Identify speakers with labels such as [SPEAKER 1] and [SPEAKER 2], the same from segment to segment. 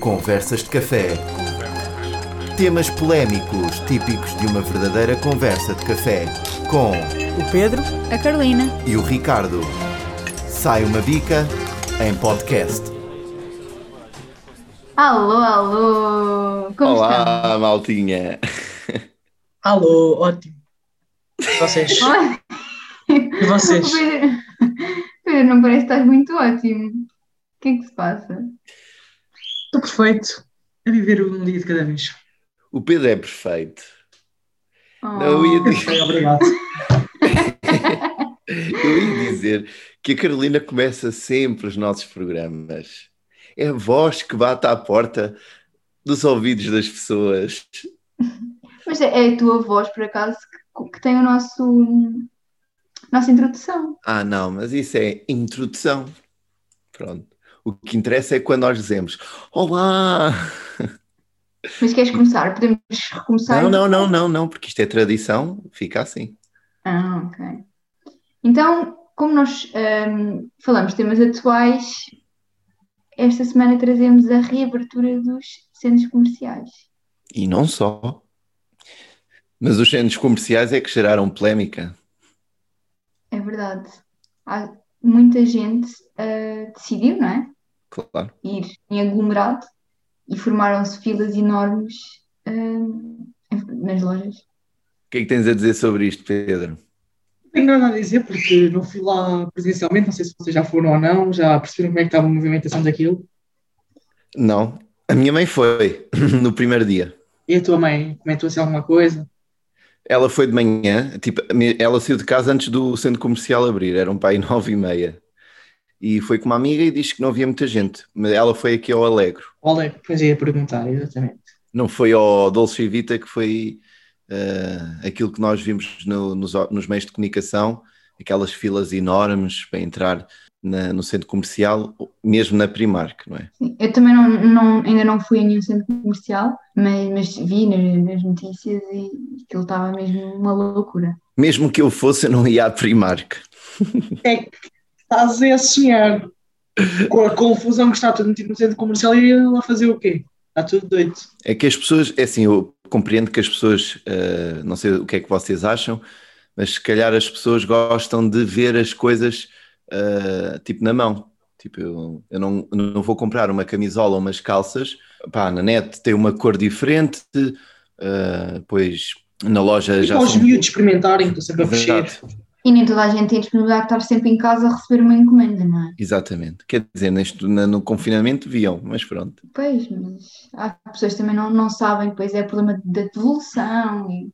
[SPEAKER 1] Conversas de café. Temas polémicos típicos de uma verdadeira conversa de café. Com
[SPEAKER 2] O Pedro
[SPEAKER 3] A Carolina.
[SPEAKER 1] e o Ricardo. Sai uma bica em podcast.
[SPEAKER 3] Alô, alô! Como estão?
[SPEAKER 4] Olá, maltinha.
[SPEAKER 2] Alô, ótimo. E Vocês,
[SPEAKER 3] Olha,
[SPEAKER 2] e vocês?
[SPEAKER 3] o Pedro- o Pedro não parece estar muito ótimo. O que é que se passa?
[SPEAKER 2] Estou perfeito a viver um dia de cada vez.
[SPEAKER 4] O Pedro é perfeito.
[SPEAKER 3] Oh,
[SPEAKER 4] Não, eu, ia dizer,
[SPEAKER 2] Bem, obrigado.
[SPEAKER 4] eu ia dizer que a Carolina começa sempre os nossos programas. É a voz que bate à porta dos ouvidos das pessoas.
[SPEAKER 3] Mas é é a tua voz, por acaso, que, que tem o nosso. nossa introdução.
[SPEAKER 4] Ah, não, mas isso é introdução. Pronto. O que interessa é quando nós dizemos Olá!
[SPEAKER 3] Mas queres começar? Podemos recomeçar?
[SPEAKER 4] Não, não, não, não, não, porque isto é tradição, fica assim.
[SPEAKER 3] Ah, ok. Então, como nós ahm, falamos de temas atuais, esta semana trazemos a reabertura dos centros comerciais.
[SPEAKER 4] E não só. Mas os centros comerciais é que geraram polémica.
[SPEAKER 3] É verdade. Há muita gente ah, decidiu, não é?
[SPEAKER 4] Claro.
[SPEAKER 3] Ir em aglomerado e formaram-se filas enormes ah, nas lojas.
[SPEAKER 4] O que é que tens a dizer sobre isto, Pedro?
[SPEAKER 2] Não tenho nada a dizer porque não fui lá presencialmente, não sei se vocês já foram ou não, já perceberam como é que estava a movimentação daquilo.
[SPEAKER 4] Não. A minha mãe foi no primeiro dia.
[SPEAKER 2] E a tua mãe comentou-se alguma coisa?
[SPEAKER 4] Ela foi de manhã, tipo, ela saiu de casa antes do centro comercial abrir, era um pai nove e meia. E foi com uma amiga e disse que não havia muita gente. Mas ela foi aqui ao Alegro.
[SPEAKER 2] Olha, é depois ia perguntar, exatamente.
[SPEAKER 4] Não foi ao Dolce Vita, que foi eh, aquilo que nós vimos no- nos, nos meios de comunicação, aquelas filas enormes para entrar na- no centro comercial, mesmo na Primark, não é?
[SPEAKER 3] Sim, Eu também não, não- ainda não fui a nenhum centro comercial, mas, mas vi nas, nas notícias e aquilo estava mesmo uma loucura.
[SPEAKER 4] Mesmo que eu fosse, eu não ia à Primark.
[SPEAKER 2] É que estás a sonhar com a confusão que está tudo metido no centro comercial e ia lá fazer o quê? Está tudo doido.
[SPEAKER 4] É que as pessoas, é assim, eu compreendo que as pessoas, eh, não sei o que é que vocês acham, mas se calhar as pessoas gostam de ver as coisas eh, tipo na mão. Tipo, eu, eu não, eu não vou comprar uma camisola ou umas calças, pá, na net tem uma cor diferente, eh, pois na loja
[SPEAKER 2] E
[SPEAKER 4] já
[SPEAKER 2] para os
[SPEAKER 4] são-
[SPEAKER 2] Tipo miúdos experimentarem, estou sempre a
[SPEAKER 4] Verdade,
[SPEAKER 2] mexer.
[SPEAKER 3] E nem toda a gente tem disponibilidade de estar sempre em casa a receber uma encomenda, não é?
[SPEAKER 4] Exatamente. Quer dizer, neste, na- no confinamento viam, mas pronto.
[SPEAKER 3] Pois, mas há pessoas que também não, não sabem, pois é problema da devolução e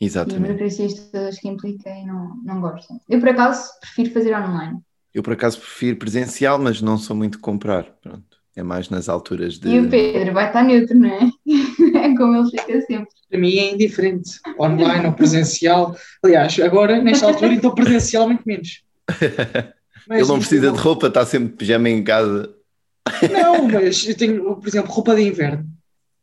[SPEAKER 3] E
[SPEAKER 4] Exatamente.
[SPEAKER 3] burocracias todas que impliquem não, não gostam. Eu, por acaso, prefiro fazer online.
[SPEAKER 4] Eu por acaso prefiro presencial, mas não sou muito de comprar. Pronto. É mais nas alturas de.
[SPEAKER 3] E um o Pedro vai estar neutro, não é? É como ele fica sempre.
[SPEAKER 2] Para mim é indiferente, online ou presencial. Aliás, agora, nesta altura, então presencialmente menos. Mas
[SPEAKER 4] Ele não
[SPEAKER 2] isto-
[SPEAKER 4] precisa de roupa, está sempre de pijama em casa.
[SPEAKER 2] Não, mas eu tenho, por exemplo, roupa de inverno.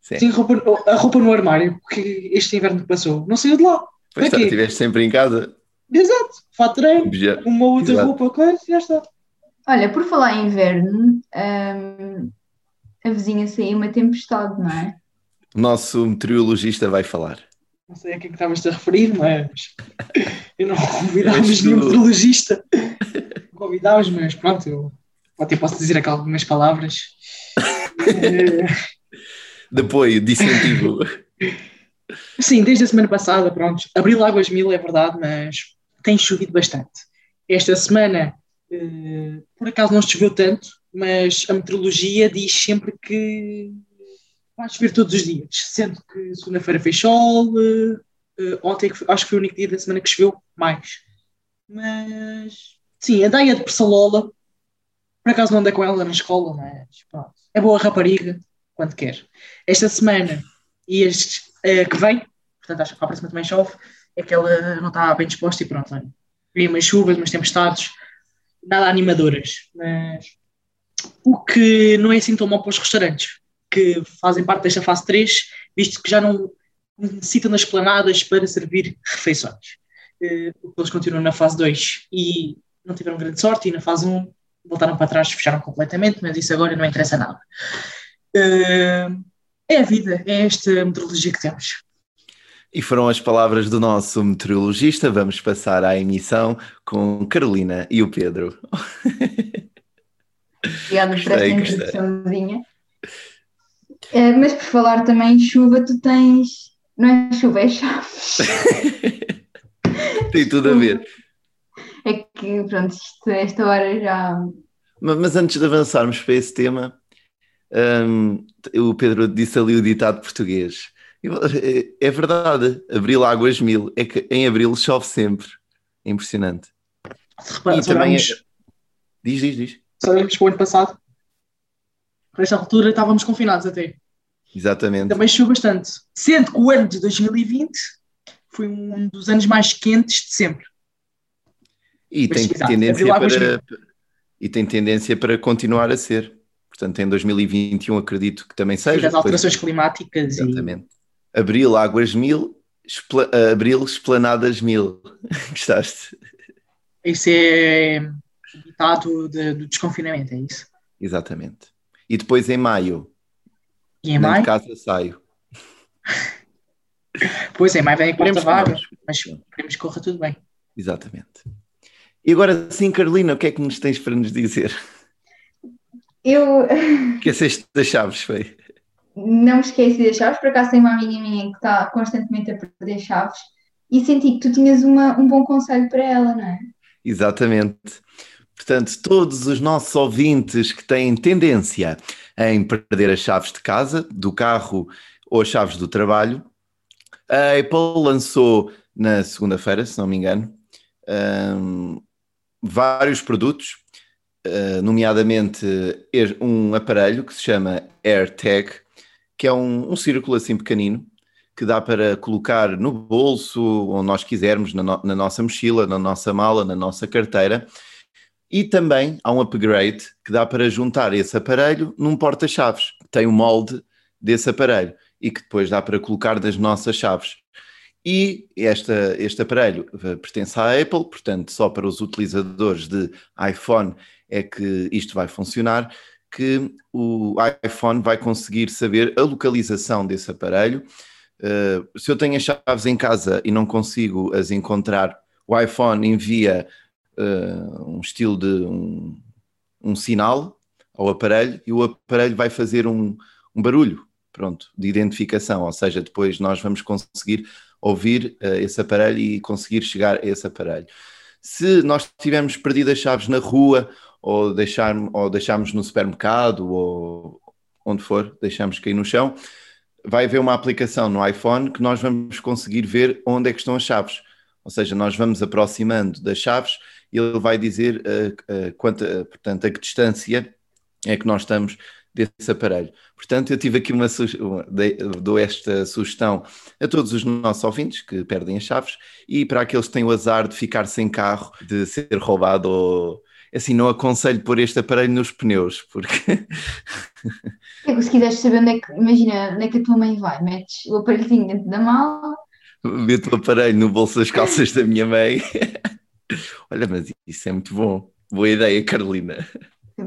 [SPEAKER 4] Sim.
[SPEAKER 2] Tenho roupa, a roupa no armário, que este inverno que passou, não saiu de lá.
[SPEAKER 4] Pois está,
[SPEAKER 2] Aqui.
[SPEAKER 4] estiveste sempre em casa.
[SPEAKER 2] Exato, fato de treino,
[SPEAKER 4] Pija-
[SPEAKER 2] uma outra
[SPEAKER 4] Exato.
[SPEAKER 2] roupa, claro, já está.
[SPEAKER 3] Olha, por falar em inverno, hum, a vizinha saiu uma tempestade, não é?
[SPEAKER 4] O nosso meteorologista vai falar.
[SPEAKER 2] Não sei a quem que estavas a referir, mas eu não
[SPEAKER 4] Mas
[SPEAKER 2] convidámos
[SPEAKER 4] tu-
[SPEAKER 2] nenhum meteorologista. Não Convidámos, mas pronto, eu até posso dizer aqui algumas palavras. Eh,
[SPEAKER 4] De apoio, de incentivo.
[SPEAKER 2] Sim, desde a semana passada, pronto. Abril Águas Mil é verdade, mas tem chovido bastante. Esta semana, eh, por acaso não choveu tanto, mas a meteorologia diz sempre que vai chover todos os dias, sendo que segunda-feira fez sol, eh, eh, ontem que foi- acho que foi o único dia da semana que choveu mais. Mas, sim, andei a de Persalola, por acaso não andei com ela na escola, mas pronto. É boa rapariga, quando quer. Esta semana e este eh, que vem, portanto acho que para a próxima também chove, é que ela não está bem disposta e pronto, olha. Vi umas chuvas, umas tempestades, nada animadoras, mas o que não é sintoma para os restaurantes que fazem parte desta fase 3, visto que já não necessitam das planadas para servir refeições. Eh, o que eles continuam na fase 2 e não tiveram um grande sorte e na fase 1 voltaram para trás, fecharam completamente, mas isso agora não interessa nada. Uh, é a vida, é esta meteorologia que temos.
[SPEAKER 4] E foram as palavras do nosso meteorologista. Vamos passar à emissão com Carolina e o Pedro.
[SPEAKER 3] Obrigada por esta
[SPEAKER 4] Gostei, gostei.
[SPEAKER 3] introduçãozinha. Eh, mas por falar também em chuva, tu tens. Não é chuva, é chaves.
[SPEAKER 4] Tem tudo a ver.
[SPEAKER 3] É que, pronto, isto, esta hora já.
[SPEAKER 4] Ma- Mas antes de avançarmos para esse tema, hum, o Pedro disse ali o ditado português. Eu- é- É verdade, abril águas mil. É que em abril chove sempre. É impressionante.
[SPEAKER 2] Se repara,
[SPEAKER 4] E também é-
[SPEAKER 2] sabemos,
[SPEAKER 4] Diz, diz, diz.
[SPEAKER 2] sabemos que o ano passado, para esta altura, estávamos confinados até.
[SPEAKER 4] Exatamente.
[SPEAKER 2] Também choveu bastante. Sendo que o ano de 2020 foi um dos anos mais quentes de sempre.
[SPEAKER 4] E tem
[SPEAKER 2] Mas, exato,
[SPEAKER 4] tendência
[SPEAKER 2] abril águas
[SPEAKER 4] para e tem tendência para continuar a ser. Portanto, em 2021 acredito que também seja.
[SPEAKER 2] Devido às
[SPEAKER 4] Depois-
[SPEAKER 2] alterações climáticas e
[SPEAKER 4] Exatamente. Abril águas mil, espla- ah, abril esplanadas mil. Gostaste?
[SPEAKER 2] isso é ditado de- do desconfinamento, é isso.
[SPEAKER 4] Exatamente. E depois em maio,
[SPEAKER 2] E é em
[SPEAKER 4] nem
[SPEAKER 2] maio,
[SPEAKER 4] de casa saio.
[SPEAKER 2] pois é, em maio vem a quarta
[SPEAKER 4] Esperemos que
[SPEAKER 2] vaga,
[SPEAKER 4] não.
[SPEAKER 2] mas esperemos que corra tudo bem.
[SPEAKER 4] Exatamente. E agora sim, Carolina, o que é que nos tens para nos dizer? é
[SPEAKER 3] Eu
[SPEAKER 4] Esqueceste das chaves, foi?
[SPEAKER 3] não me esqueci das chaves, por acaso tenho uma amiga minha que está constantemente a perder chaves e senti que tu tinhas uma, um bom conselho para ela, não é?
[SPEAKER 4] Exatamente. Portanto, todos os nossos ouvintes que têm tendência em perder as chaves de casa, do carro ou as chaves do trabalho, a Apple lançou na segunda-feira, se não me engano, hum, vários produtos, eh, nomeadamente eh, um aparelho que se chama AirTag, que é um, um círculo assim pequenino, que dá para colocar no bolso, onde nós quisermos, na, no- na nossa mochila, na nossa mala, na nossa carteira. E também há um upgrade que dá para juntar esse aparelho num porta-chaves. Tem o molde desse aparelho e que depois dá para colocar das nossas chaves. E esta, este aparelho eh, pertence à Apple, portanto, só para os utilizadores de iPhone é que isto vai funcionar, que o iPhone vai conseguir saber a localização desse aparelho. Eh, se eu tenho as chaves em casa e não consigo as encontrar, o iPhone envia eh, um estilo de um, um sinal ao aparelho e o aparelho vai fazer um, um barulho, pronto, de identificação. Ou seja, depois nós vamos conseguir ouvir eh, esse aparelho e conseguir chegar a esse aparelho. Se nós tivermos perdido as chaves na rua ou, deixar, ou deixarmos no supermercado ou onde for, deixamos cair no chão, vai haver uma aplicação no iPhone que nós vamos conseguir ver onde é que estão as chaves. Ou seja, nós vamos aproximando das chaves e ele vai dizer eh, eh, quanto, eh, portanto, a que distância é que nós estamos desse aparelho. Portanto, eu tive aqui uma, suge- uma- dei- dou esta sugestão a todos os nossos ouvintes que perdem as chaves e para aqueles que têm o azar de ficar sem carro, de ser roubado ou... Assim, não aconselho pôr este aparelho nos pneus, porque
[SPEAKER 3] É que se quiseres saber onde é que, imagina, onde é que a tua mãe vai, metes o aparelhinho dentro da mala,
[SPEAKER 4] meto o aparelho no bolso das calças da minha mãe. Olha, mas isso é muito bom. Boa ideia, Carolina.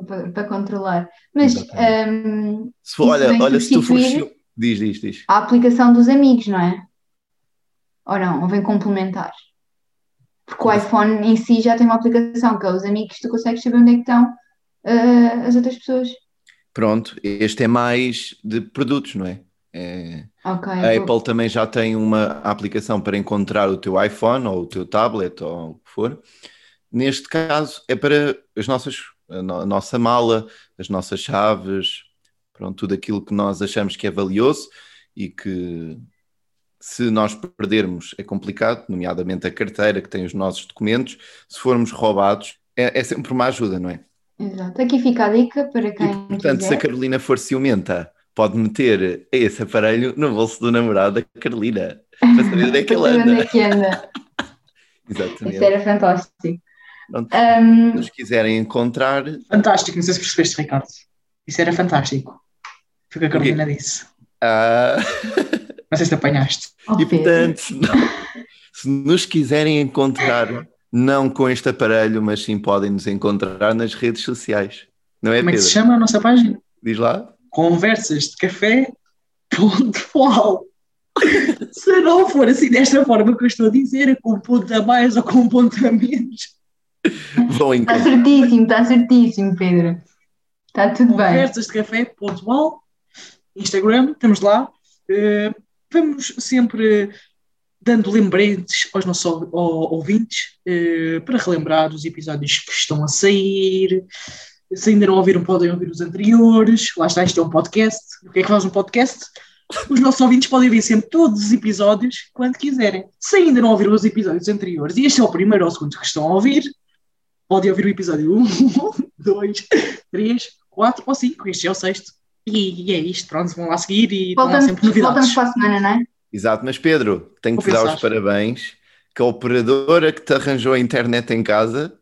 [SPEAKER 3] para, para controlar. Mas
[SPEAKER 4] Exatamente.
[SPEAKER 3] hum,
[SPEAKER 4] Se for- olha,
[SPEAKER 3] Isso vem
[SPEAKER 4] olha, se tu fores...
[SPEAKER 3] substituir-
[SPEAKER 4] Diz, diz, diz.
[SPEAKER 3] a aplicação dos amigos, não é? Ou não, ou vem complementar. Porque o iPhone em si já tem uma aplicação que é os amigos, tu consegues saber onde é que estão ah, as outras pessoas.
[SPEAKER 4] Pronto, este é mais de produtos, não é? É...
[SPEAKER 3] Ok.
[SPEAKER 4] A
[SPEAKER 3] vou-
[SPEAKER 4] Apple também já tem uma aplicação para encontrar o teu iPhone ou o teu tablet ou o que for. Neste caso é para as nossas, a, no- a nossa mala, as nossas chaves, pronto, tudo aquilo que nós achamos que é valioso e que se nós perdermos é complicado, nomeadamente a carteira que tem os nossos documentos, se formos roubados é, é sempre uma ajuda, não é?
[SPEAKER 3] Exato. Aqui fica a dica para quem
[SPEAKER 2] Ah,
[SPEAKER 4] E portanto, se
[SPEAKER 2] é.
[SPEAKER 3] quiser.
[SPEAKER 4] a Carolina for ciumenta, pode meter esse aparelho no bolso do namorado da Carolina para saber onde é que
[SPEAKER 3] Para
[SPEAKER 4] ela
[SPEAKER 3] saber onde
[SPEAKER 4] anda. né?
[SPEAKER 3] é que anda. Isso
[SPEAKER 2] é.
[SPEAKER 4] Exatamente.
[SPEAKER 3] era fantástico.
[SPEAKER 4] Pronto.
[SPEAKER 3] Ahm,
[SPEAKER 4] Se nos quiserem encontrar,
[SPEAKER 2] Fantástico, não sei se percebeste, Ricardo. Isso era fantástico. Foi o que a Carolina disse.
[SPEAKER 4] ah,
[SPEAKER 2] Não sei se te apanhaste.
[SPEAKER 3] oh,
[SPEAKER 4] e
[SPEAKER 3] Pedro.
[SPEAKER 4] portanto, se, não- se nos quiserem encontrar, não com este aparelho, mas sim podem nos encontrar nas redes sociais. Não é,
[SPEAKER 2] Como é que
[SPEAKER 4] Pedro?
[SPEAKER 2] se chama a nossa página?
[SPEAKER 4] Diz lá.
[SPEAKER 2] conversas de café pontual. Se não for assim desta forma que eu estou a dizer, é com um ponto a mais ou com um ponto a menos.
[SPEAKER 4] Vão em
[SPEAKER 3] Está Tá certíssimo, está certíssimo, Pedro. Está tudo bem.
[SPEAKER 2] Conversas de café pontual, Instagram, estamos lá. Eh, vamos sempre dando lembretes aos nossos ou- ou- ouvintes eh, para relembrar os episódios que estão a sair. Se ainda não ouviram, podem ouvir os anteriores. Lá está, isto é um podcast. O que é que faz um podcast? Os nossos ouvintes podem ouvir sempre todos os episódios quando quiserem. Se ainda não ouviram os episódios anteriores, e este é o primeiro ou o segundo que estão a ouvir, podem ouvir o episódio 1, 2, 3, 4 ou 5. Este é o sexto. E, e é isto, pronto, vão lá seguir e estão lá
[SPEAKER 3] Voltamos,
[SPEAKER 2] sempre novidades.
[SPEAKER 3] voltamos para a semana, não é?
[SPEAKER 4] Exato, mas Pedro, tenho que
[SPEAKER 2] Vou
[SPEAKER 4] te dar
[SPEAKER 2] pensar.
[SPEAKER 4] os parabéns que a operadora que te arranjou a internet em casa,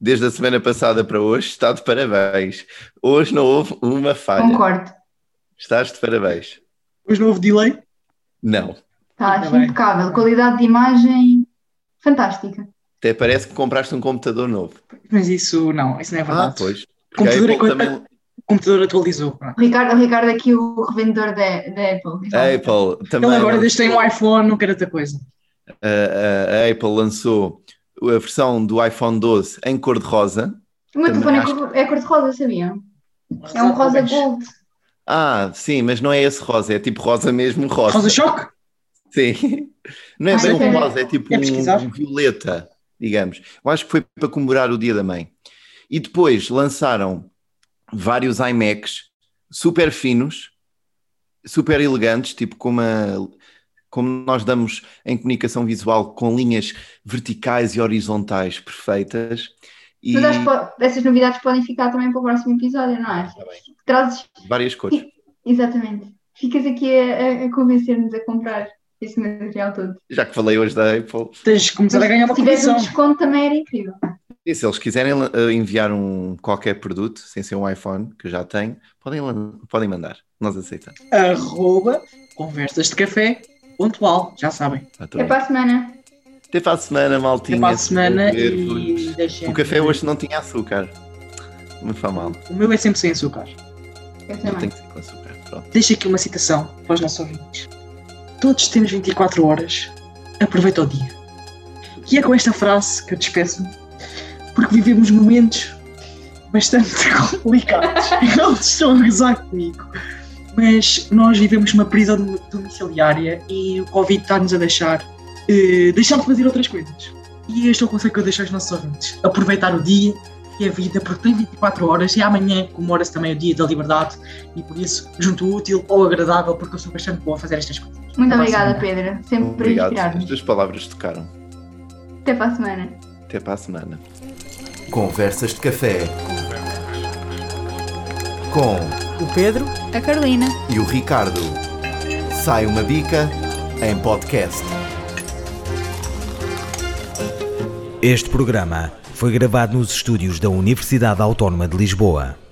[SPEAKER 4] desde a semana passada para hoje, está de parabéns. Hoje não houve uma falha.
[SPEAKER 3] Concordo.
[SPEAKER 4] Estás de parabéns.
[SPEAKER 2] Hoje não houve delay.
[SPEAKER 4] Não.
[SPEAKER 3] Está
[SPEAKER 2] Muito
[SPEAKER 3] assim,
[SPEAKER 2] bem.
[SPEAKER 3] impecável. Qualidade de imagem fantástica.
[SPEAKER 4] Até parece que compraste um computador novo.
[SPEAKER 2] Mas isso não, isso não é
[SPEAKER 4] Ah,
[SPEAKER 2] verdade.
[SPEAKER 4] pois. Porque
[SPEAKER 2] Computador
[SPEAKER 4] a
[SPEAKER 2] é
[SPEAKER 4] Apple
[SPEAKER 2] coisa-
[SPEAKER 4] também...
[SPEAKER 2] O computador atualizou. pronto.
[SPEAKER 3] O Ricardo, o Ricardo é aqui, o revendedor da, da Apple.
[SPEAKER 4] A Apple também. é
[SPEAKER 2] Ele agora
[SPEAKER 4] lançou-
[SPEAKER 2] deixa um iPhone, não quer outra coisa.
[SPEAKER 4] a, eh, a- a Apple lançou a versão do iPhone 12 em cor de rosa.
[SPEAKER 3] O meu
[SPEAKER 4] Também
[SPEAKER 3] telefone é
[SPEAKER 4] acho.
[SPEAKER 3] cor- é cor-de-rosa, sabiam? É um rosa gold.
[SPEAKER 4] Ah, sim, mas não é esse rosa, é tipo rosa mesmo, rosa.
[SPEAKER 2] Rosa choque?
[SPEAKER 4] Sim. Não é
[SPEAKER 3] Ah,
[SPEAKER 4] bem
[SPEAKER 3] eu
[SPEAKER 4] um
[SPEAKER 3] quero-
[SPEAKER 4] rosa, é tipo
[SPEAKER 2] quero pesquisar.
[SPEAKER 4] um, um violeta, digamos. Eu acho que foi para comemorar o Dia da Mãe. E depois lançaram vários iMacs super finos, super elegantes, tipo com uma. Como nós damos em comunicação visual com linhas verticais e horizontais perfeitas. E
[SPEAKER 3] Mas acho que po- essas novidades podem ficar também para o próximo episódio, não é?
[SPEAKER 4] Tá bem.
[SPEAKER 3] Trazes,
[SPEAKER 4] várias cores.
[SPEAKER 3] exatamente. Ficas aqui a, a- a convencer-nos a comprar esse material todo.
[SPEAKER 4] Já que falei hoje da Apple.
[SPEAKER 2] Tens de começar a ganhar É uma
[SPEAKER 3] Se tivesse um
[SPEAKER 2] comissão.
[SPEAKER 3] desconto também era incrível.
[SPEAKER 4] E se eles quiserem eh, enviar um qualquer produto, sem ser um iPhone, que eu já tenho, podem, lan- podem mandar. Nós aceitamos.
[SPEAKER 3] um
[SPEAKER 2] Arroba conversas de café pontual, já sabem.
[SPEAKER 4] Tá tudo
[SPEAKER 3] É
[SPEAKER 4] bem.
[SPEAKER 3] para a semana.
[SPEAKER 4] Até para a semana,
[SPEAKER 2] Até
[SPEAKER 4] maltinha.
[SPEAKER 2] para a semana
[SPEAKER 4] Ver-vos.
[SPEAKER 2] e deixem.
[SPEAKER 4] O café hoje não tinha açúcar. Me faz mal.
[SPEAKER 2] O meu é sempre sem açúcar.
[SPEAKER 4] Não
[SPEAKER 3] Eu
[SPEAKER 4] tem
[SPEAKER 3] também.
[SPEAKER 4] que ser com açúcar. Pronto.
[SPEAKER 2] Deixo aqui uma citação para os nossos ouvintes. Todos temos 24 horas, aproveita o dia. E é com esta frase que eu despeço-me, porque vivemos momentos bastante complicados. Eles estão a gozar comigo. Mas nós vivemos uma prisão dom- domiciliária e o Covid está-nos a deixar eh, deixar de fazer outras coisas. E este é o conselho que eu deixo aos nossos ouvintes. Aproveitar o dia e a vida, porque tem 24 horas e amanhã comemora-se também o Dia da Liberdade e por isso junto o útil ao agradável, porque eu sou bastante boa a fazer estas coisas. Até
[SPEAKER 3] Muito
[SPEAKER 2] para a
[SPEAKER 3] obrigada,
[SPEAKER 2] semana.
[SPEAKER 3] Pedro. Sempre por
[SPEAKER 4] Obrigado. As
[SPEAKER 3] inspirar-nos.
[SPEAKER 4] tuas palavras tocaram.
[SPEAKER 3] Até para a semana.
[SPEAKER 4] Até para a semana.
[SPEAKER 1] Conversas de café. Com
[SPEAKER 5] O Pedro
[SPEAKER 6] A Carolina.
[SPEAKER 1] e o Ricardo. Sai uma bica em podcast.
[SPEAKER 7] Este programa foi gravado nos estúdios da Universidade Autónoma de Lisboa.